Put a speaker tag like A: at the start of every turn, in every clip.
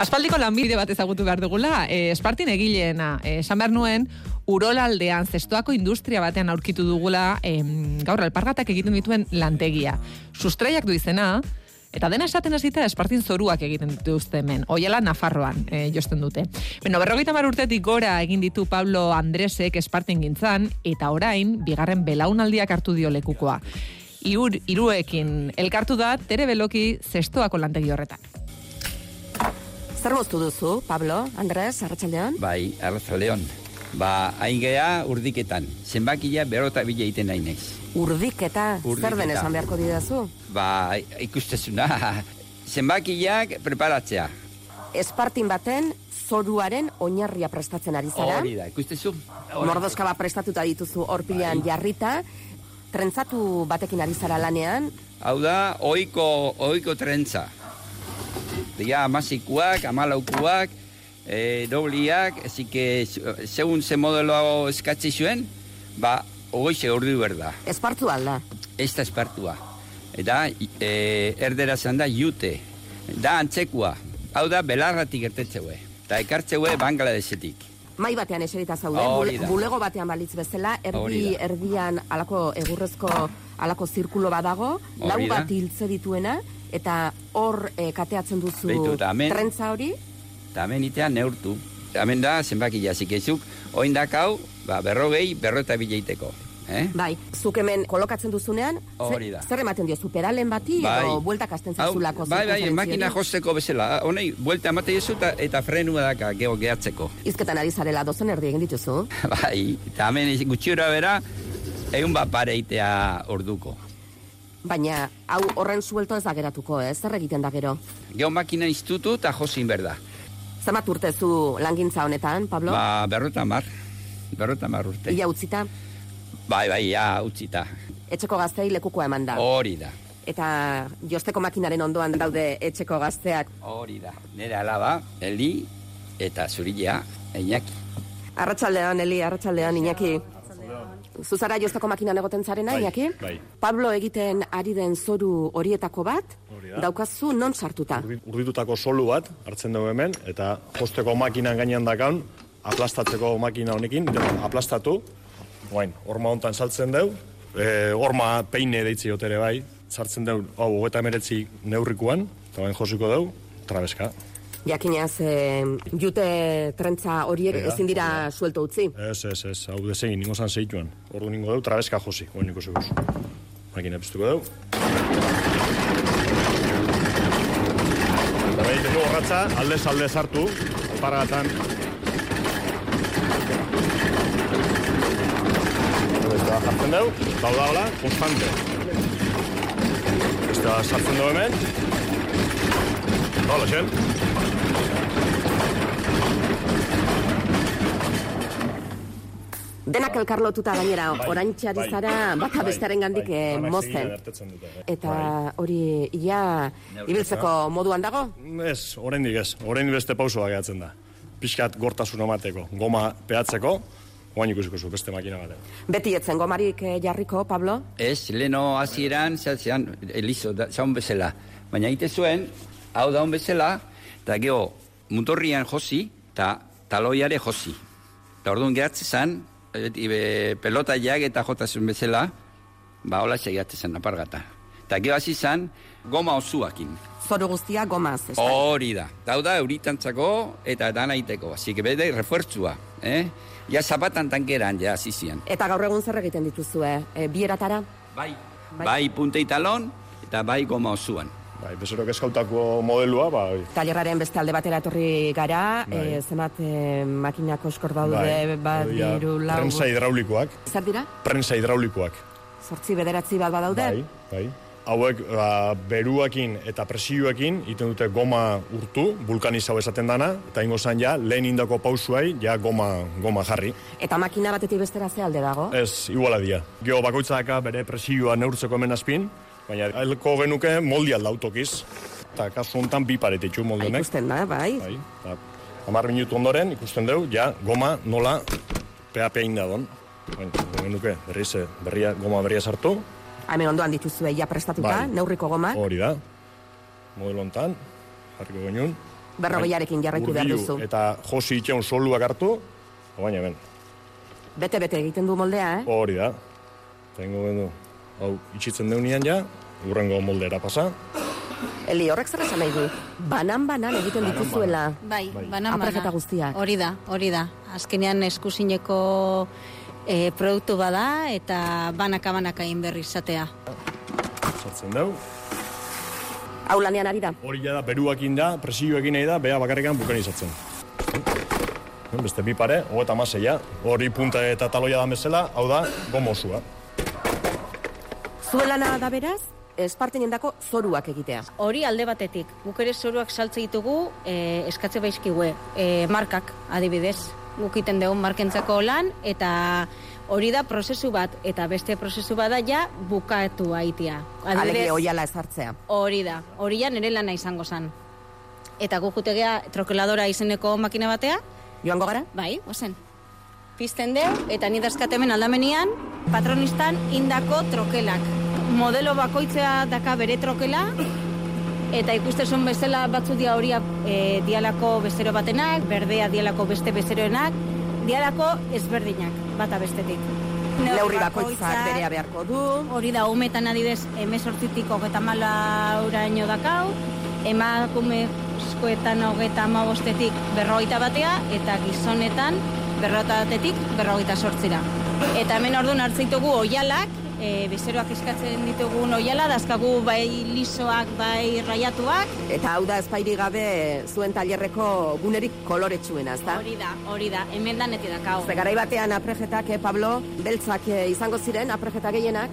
A: aspaldiko lanbide bat ezagutu behar dugula, e, espartin egileena, eh, esan behar nuen, urolaldean, zestoako industria batean aurkitu dugula, em, gaur alpargatak egiten dituen lantegia. Sustraiak du izena, Eta dena esaten hasita espartin zoruak egiten dituzte hemen. Oiela Nafarroan e, josten dute. Beno, berrogeita mar urtetik gora egin ditu Pablo Andresek espartin gintzan, eta orain, bigarren belaunaldiak hartu dio lekukoa. Iur, iruekin elkartu da, tere beloki zestoako lantegi horretan.
B: Zer moztu duzu, Pablo, Andres, Arratxaldeon?
C: Bai, arrazaleon. Ba, hain gea urdiketan. Zenbakia berota bila egiten nahi naiz.
B: Urdiketa, zer
C: Urdiketa.
B: den esan beharko didazu?
C: Ba, ikustezuna, zenbakiak preparatzea.
B: Espartin baten zoruaren oinarria prestatzen ari zara.
C: Hori da, ikustezu? Hori.
B: Mordoska bat prestatuta dituzu horpilean
C: Bai.
B: jarrita, trentzatu batekin ari zara lanean,
C: Hau da, oiko, oiko trentza. Dira, amasikuak, amalaukuak, e, dobliak, ezike, zu- segun ze modeloa eskatzi zuen, ba, ogoize ordu berda.
B: espartu alda.
C: Ez da espartua. Eta e, erdera zan da jute. Da antzekua. Hau da belarratik ertetzeue. Eta ekartzeue Bangladesetik.
B: Mai batean eserita zaude,
C: Hori
B: bule-
C: da.
B: bulego batean balitz bezala, erdi
C: Hori da.
B: erdian alako egurrezko alako zirkulo badago,
C: Hori
B: lau
C: da.
B: bat hiltze dituena, eta hor eh, kateatzen duzu
C: Beitu, eta hemen-
B: trentza hori,
C: Eta hemen itea neurtu. Hemen da zenbaki jazik ezuk, oin dakau, ba, berrogei, berrota bileiteko. Eh?
B: Bai, zuk hemen kolokatzen duzunean, ze-
C: Hori da.
B: zer ematen diozu, pedalen bati, Bai, edo bueltak asten
C: Bai. Hau,
B: zaizulako.
C: Bai, bai,
B: zirkunferentzia
C: makina
B: hori?
C: josteko bezala. Honei, buelta amate jesu eta, eta frenua daka, geho gehatzeko.
B: Hizketan ari zarela dozen erdi egin dituzu.
C: bai, eta hemen iz- gutxiura bera, egun bat pareitea orduko.
B: Baina, hau horren suelto ez da geratuko, ez? Zer egiten da gero?
C: Geho makina institutu eta josin berda.
B: Zamat urtezu langintza honetan, Pablo?
C: Ba, berrota mar. Berrota mar urte.
B: Ia utzita,
C: Bai, bai, ja, utzita.
B: etxeko gaztei lekukoa eman da.
C: Hori da.
B: Eta josteko makinaren ondoan daude etxeko gazteak.
C: Hori da. Nere alaba, Eli eta zurilea, Iñaki.
B: Arratsaldean Eli, arratsaldean Iñaki. Zuzara josteko makinan egoten zarena,
D: Bai,
B: Iñaki?
D: bai.
B: Pablo egiten ari den zoru horietako bat,
D: Hori da.
B: daukazu non sartuta.
D: Urdi- Urditutako solu bat hartzen dugu hemen, eta josteko makinan gainean dakan, aplastatzeko makina honekin, dena aplastatu, guain, horma hontan saltzen dugu, e, horma peine deitzi otere bai, sartzen dugu, hau, hogeta emeretzi neurrikuan, eta bain josiko dugu, trabeska.
B: Jakinaz, eh, jute trentza horiek
D: Hori da,
B: ezin dira
D: hori
B: suelto utzi.
D: Ez, ez, ez, hau desegin, ningo zan zeituan. Ordu ningo dugu, trabeska josi, guain ikusi guz. Makina piztuko dugu. Eta behin dugu horratza, aldez alde sartu, alpargatan, Eta jartzen dugu, dauda hola, konstante. Eta sartzen dugu hemen. Hola, xen.
B: Denak elkarlotuta gainera, orain txari
D: bai,
B: zara bata
D: bai,
B: bestaren gandik
D: bai,
B: eh,
D: lanak
B: mozten.
D: segida gertatzen dute, bai.
B: Eta
D: Bai.
B: hori, ia, ibiltzeko moduan dago?
D: Ez, oraindik ez. Oraindik beste pausoa gehatzen da. Pixkat gortasun emateko, goma peatzeko, guain ikusiko zu beste makina batean.
B: Beti etzen gomarik eh, jarriko, Pablo?
C: Ez, leno hasieran zean, elizo, da, zaun bezala. Baina egite zuen, hau daun bezala, eta geho, mutorrian josi, eta taloiare josi. Eta orduan gehatze zan, beti, be, pelota jak eta jota zuen bezala, ba, hola segiatze zen apargata. Eta geho hasi zan, goma osuakin.
B: Zoru guztia gomaz, ez da?
D: Oh.
C: Hori da. Hau da, euritantzako eta dana iteko. Así que bede, refuertzua. Eh? Ja zapatan tankeran, ja, zizian.
B: Eta gaur egun zer egiten dituzue, eh, bieratara?
C: Bai.
B: Bai.
C: Bai puntei talon eta bai goma osuan.
D: Bai, bezerok eskautako modelua, ba, hori.
B: Tailerraren beste alde batera etorri gara,
D: Bai.
B: eh, zenbat eh, makinak oskor daude, eh,
D: bai,
B: bat,
D: hori da,
B: ba, diru, lau...
D: Prensa hidraulikoak,
B: Zer dira?
D: prensa hidraulikoak.
B: Zortzi bederatzi bat badaude?
D: Bai, bai. Hauek ba, beruakin eta presioekin iten dute goma urtu, vulkanizau esaten dana, eta ingo zan ja, lehen indako pausuai, ja goma, goma jarri.
B: Eta makina batetik bestera ze alde dago?
D: Ez, iguala dia. Geo bakoitzaka bere presioa neurtzeko hemen azpin, baina helko genuke moldi alda autokiz. Eta kasu honetan bi paretitxu molde honek.
B: Ikusten da, bai.
D: Bai, eta hamar minutu ondoren ikusten dugu, ja, goma nola peapein da don. Bueno, ingo genuke, berriz, eh, berria, goma berria sartu,
B: Hemen ondoan dituzue ja prestatuta,
D: Bai.
B: neurriko gomak.
D: hori da. Modelo honetan, jarriko genuen. bai.
B: berrogeiarekin jarraitu behar
D: Urbildu
B: duzu.
D: Eta josi itxeun soluak hartu, baina hemen,
B: Bete-bete egiten du moldea, eh?
D: hori da. Tengo bendu, hau, itxitzen deunean ja, urrengo moldera pasa.
B: Eli, horrek zer esan nahi du? Banan-banan egiten dituzuela.
E: Bai, banan
B: Apraketa guztiak.
E: Hori da, hori da. Azkenean eskusineko e, produktu bada eta banaka-banaka egin berri izatea.
D: Sartzen deu.
B: Hau lanean ari da.
D: Hori ja da, beruakin da, presioekin nahi da, bea bakarrikan bukanizatzen. Beste bi pare, hogeta maseia, hori punta eta taloia da mesela, hau da, gomosua.
B: Zuen lana da beraz, Espartinen dako zoruak egitea.
E: Hori alde batetik, guk ere zoruak saltze ditugu e, eskatze baizkigue, e, markak adibidez. Guk iten dugu markentzako lan eta hori da prozesu bat eta beste prozesu bada ja bukatu aitia.
B: Alegia oiala ezartzea.
E: Hori da, hori ja nire lana izango zan. Eta gu jutegea trokeladora izeneko makina batea,
B: Joango gara?
E: bai, ozen. Pizten deu, eta ni daskat hemen aldamenian, patronistan indako trokelak. Modelo bakoitzea daka bere trokela, eta ikustezun bezala batzu dia horia e, dialako bezero batenak, berdea dialako beste bezeroenak, dialako ezberdinak, bata bestetik.
B: Neurri bakoitzak berea beharko du.
E: Hori da, umetan adidez, emezortzitik hogeta mala uraino dakau, emakumezkoetan hogeta amabostetik berrogeita batea, eta gizonetan berrogeita batetik berrogeita sortzira. Eta hemen orduan hartzen ditugu oialak, e, bezeroak eskatzen ditugun oiala, dazkagu bai lisoak, bai raiatuak,
B: Eta hau da ezpairi gabe zuen tailerreko gunerik koloretsuena, ezta?
E: hori da, hori da, hemen danetik dakau.
B: Ze garai batean aprejetak, eh, Pablo, beltzak eh, izango ziren, aprejeta gehienak,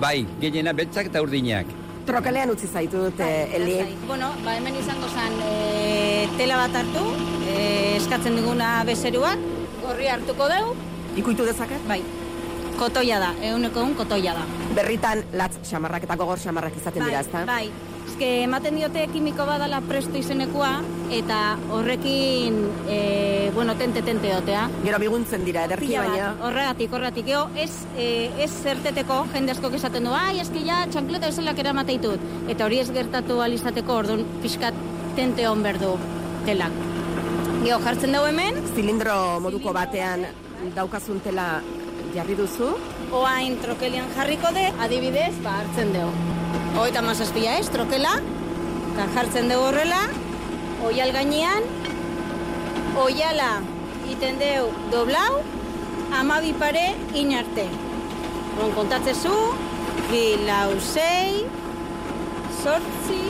C: Bai, gehiena beltzak eta urdinak.
B: trokelean utzi zaitut,
E: Bai,
B: eh, Eli.
E: Bueno, ba, hemen izango zen e, tela bat hartu, e, eskatzen duguna bezeruak, gorri hartuko dugu,
B: Ikuitu dezaket?
E: bai, kotoia da, eguneko egun kotoia da.
B: Berritan latz xamarrak eta gogor xamarrak izaten dira, ezta?
E: bai. Eske ematen diote kimiko badala presto izenekua, eta horrekin, e, bueno, tente-tente dotea.
B: Gero biguntzen dira, ederki
E: Pila bat,
B: baina.
E: Horregatik, horregatik, eo, ez, e, ez zerteteko jende askok esaten du, ai, eski ja, txankleta bezalak eramateitut. Eta hori ez gertatu alizateko, orduan, pixkat tente hon berdu telak. Geo, jartzen dugu hemen,
B: Zilindro moduko batean daukazun tela jarri duzu.
E: oain trokelian jarriko de, adibidez, ba, hartzen dugu. Hogeita mazazpia ez, trokela, eta jartzen dugu horrela, oial gainean, oiala iten deu doblau, amabi pare inarte. Bon, kontatzezu, bi lau sei, sortzi,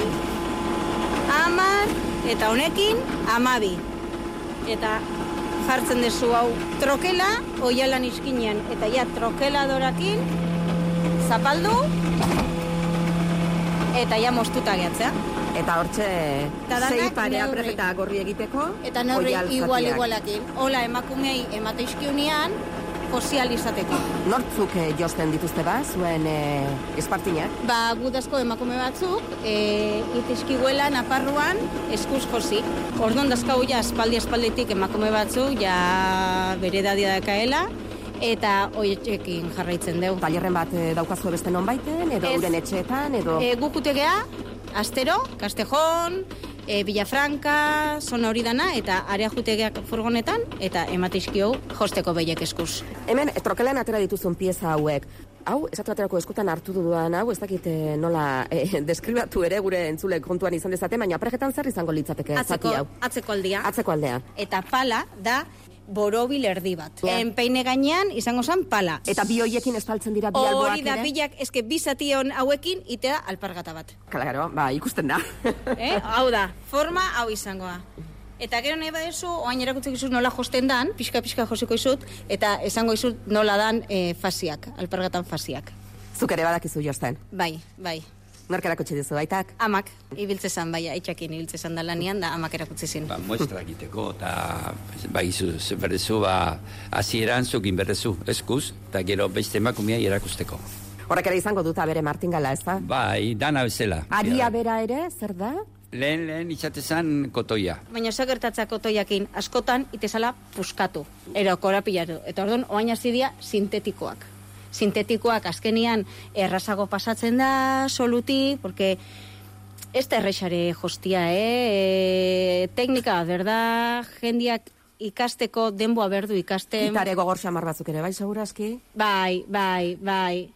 E: amar, eta honekin, amabi. Eta jartzen duzu hau trokela, oialan iskinean, eta ja trokela dorakin, zapaldu, eta ja moztuta gehatzea.
B: Eta hortxe,
E: Eta danak
B: zei pare
E: neurri.
B: aprejeta gorri egiteko.
E: Eta neurri
B: oial zatiak.
E: igual igualakin. Hola emakumei emate izkiunean, posial izateko.
B: Nortzuk eh, josten dituzte ba, zuen eh, espartinak.
E: Ba, gudazko emakume batzuk, e, itizkiguela naparruan eskuz josi. Orduan dazkau ja espaldi espalditik emakume batzuk, ja bere dadia dakaela, eta hoietxekin jarraitzen dugu.
B: Tailerren bat eh, daukazu beste nonbaiten, edo
E: Ez.
B: euren etxeetan, edo...
E: E, gukutegea, astero, Kastejon, e, Villafranca, zona hori dana, eta area jutegeak furgonetan, eta ematizkio josteko behiek eskuz.
B: Hemen, eh, trokelean atera dituzun pieza hauek. Hau, esatu aterako eskutan hartu dudan, hau, ez dakit eh, nola eh, deskribatu ere gure entzule kontuan izan dezate, baina aprejetan zer izango litzateke
E: Atzeko,
B: zati hau.
E: atzeko aldia.
B: Atzeko aldea.
E: Eta pala da borobil erdi bat.
B: Ja.
E: Enpeine gainean izango zen pala.
B: Eta bi hoiekin espaltzen dira bi alboak
E: Hori da
B: ere?
E: pilak, eske bization hauekin itea alpargata bat.
B: Claro, ba, ikusten da.
E: Eh? hau da, forma hau izangoa. Eta gero nahi baduzu, oain erakutsiko izut nola josten dan, pixka-pixka josiko izut, eta esango izut nola dan e, fasiak, alpargatan fasiak.
B: Zuk ere badakizu josten.
E: Bai, bai.
B: Nork erakutsi dizu aitak?
E: Amak, ibiltzezan, bai, itxakin ibiltzezan da lanean, da amak erakutsi zin.
C: Ba, muestra egiteko eta bagizu, berrezu, ba, azieran zukin berrezu, eskuz, eta gero beste emakumea erakusteko.
B: Horrek ere izango duta bere martingala, ez da?
C: Bai, dana bezala.
B: Aria bera ere, zer da?
C: Lehen, lehen izatezan kotoia.
E: Baina ze gertatzako toiakin askotan itezala puskatu, ero korapilatu. Eta orduan, oain hasi dira sintetikoak. Sintetikoak azkenian errazago pasatzen da soluti, porque Ez da errexare jostia, eh? E, teknika, berda, jendiak ikasteko denboa berdu ikasten.
B: Itare gogor xamar batzuk ere, bai, segurazki?
E: Bai, bai, bai.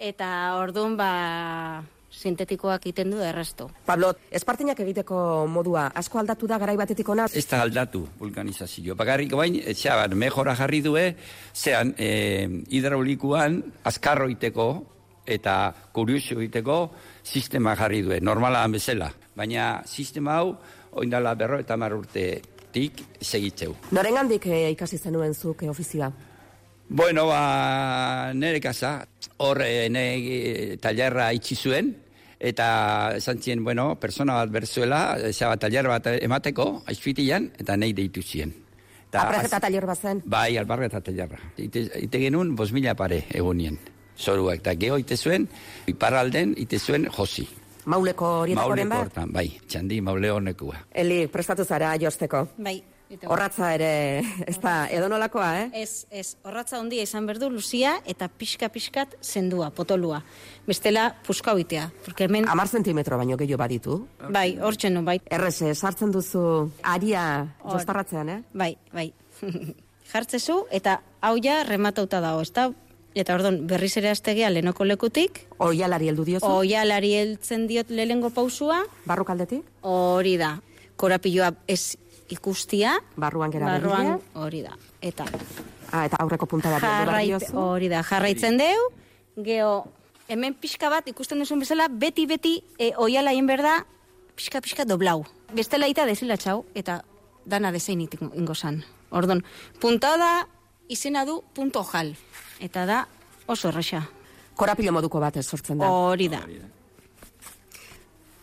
E: Eta orduan, ba, sintetikoak iten du errestu.
B: Pablo, espartinak egiteko modua, asko aldatu da garai batetik ona.
C: Ez da aldatu vulkanizazio. Bakarrik bain, etxabar, mejora jarri due, zean, eh, hidraulikuan, azkarroiteko eta kuriusio egiteko sistema jarri due, normala bezala. Baina sistema hau, oindala berro eta mar urtetik segitzeu.
B: Norengandik eh, ikasi zenuen zuk eh, ofizioa?
C: Bueno, ba, nere kasa, hor eh, nere talerra itxi zuen, eta esan ziren, bueno, persona bat berzuela, zaba taller bat emateko, aizfitian, eta nahi deitu ziren. Eta
B: Aprezeta
C: az-
B: taller bat zen.
C: Bai, albarreta eta talerra. Ite, ite genuen, bos mila pare egonien, zoruak. Eta geho ite zuen, iparralden ite zuen josi.
B: Mauleko horietakoren
C: Mauleko
B: bat?
C: hortan, bai, txandi, maule honekua.
B: Eli, prestatu zara josteko.
E: Bai. Eta
B: Horratza ere, ez da, edonolakoa, eh?
E: Ez, ez, horratza handia izan berdu luzia eta pixka-pixkat zendua, potolua. Bestela, puska hoitea. Porque hemen,
B: Amar zentimetro baino gehiago baditu.
E: bai, hortzen nu, bai.
B: Errese, sartzen duzu aria
E: Hor.
B: jostarratzean, eh?
E: Bai, bai. Jartzezu, eta hau ja rematauta dago, ezta? Eta ordon berriz ere astegea lehenoko lekutik,
B: Oialari heldu diozu?
E: oialari heltzen diot lehengo pausua,
B: Barrukaldetik?
E: hori da. Korapiloa ez ikustia,
B: Barruan gera
E: barruan
B: berria?
E: hori da. Eta
B: Ah, eta aurreko punta bat heldu behar
E: jarrait,
B: diozu.
E: hori da, jarraitzen deu, geho, hemen pixka bat ikusten duzun bezala, beti-beti e, oiala egin behar da, pixka-pixka doblau. Bestela ita dezila txau, eta dana dezein itik ingo zan. Ordon, puntada izena du punto jal, eta da oso erresa.
B: Korapilo moduko bat ez sortzen da.
E: Hori da,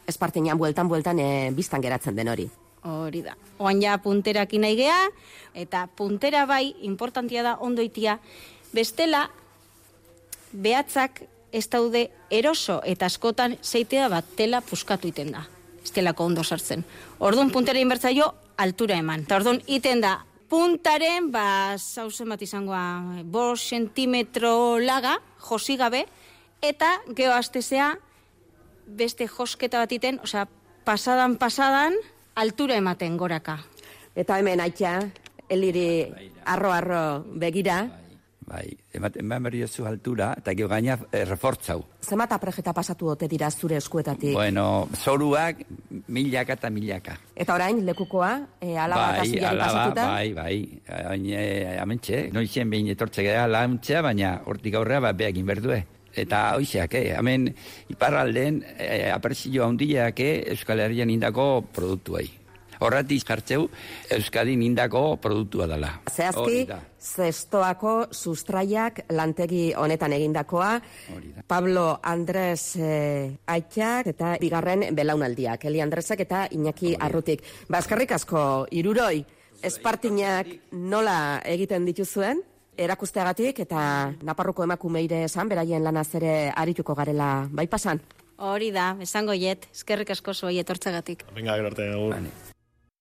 B: Espartinean bueltan bueltan eh, biztan geratzen den hori.
E: hori da. Oan ja punterakin nahi gea, eta puntera bai, importantia da ondoitia, bestela, behatzak ez daude eroso eta askotan zeitea bat tela puskatu iten da. Ez telako ondo sartzen. Orduan puntera inbertzaio altura eman. Eta orduan iten da puntaren, ba, zauzen bat izangoa, bos sentimetro laga, josi gabe, eta geho astezea beste josketa bat iten, osea, pasadan pasadan altura ematen goraka.
B: Eta hemen aita, eliri arro-arro begira,
C: Bai, ematen eman berri duzu altura, eta geho gaina eh, refortzau.
B: zenbat aprejeta pasatu ote dira zure eskuetatik.
C: Bueno, zoruak milaka eta milaka.
B: Eta orain, lekukoa, e, alaba eta
C: bai,
B: zilari
C: alaba,
B: pasatuta.
C: bai, bai. Hain, eh, amentxe, noizien behin etortze gara launtxea, baina hortik aurrea bat beak inberdue. Eta hoizeak, eh, hemen iparralden eh, apresio handiak eh, Euskal Herrian indako produktuai. Horratiz jartzeu Euskadin indako produktua dela.
B: Zehazki,
C: Hori da.
B: zestoako sustraiak lantegi honetan egindakoa.
C: Hori da.
B: Pablo Andres eh, aitak eta bigarren belaunaldiak. Eli Andresak eta Iñaki Arrutik. Bazkarrik asko, iruroi, espartinak nola egiten dituzuen? Erakusteagatik eta Naparruko emakumeire esan, beraien lanaz ere arituko garela bai pasan.
E: Hori da, esango jet, eskerrik asko zuei etortzagatik.
D: Venga, gero arte, agur.
C: Bane.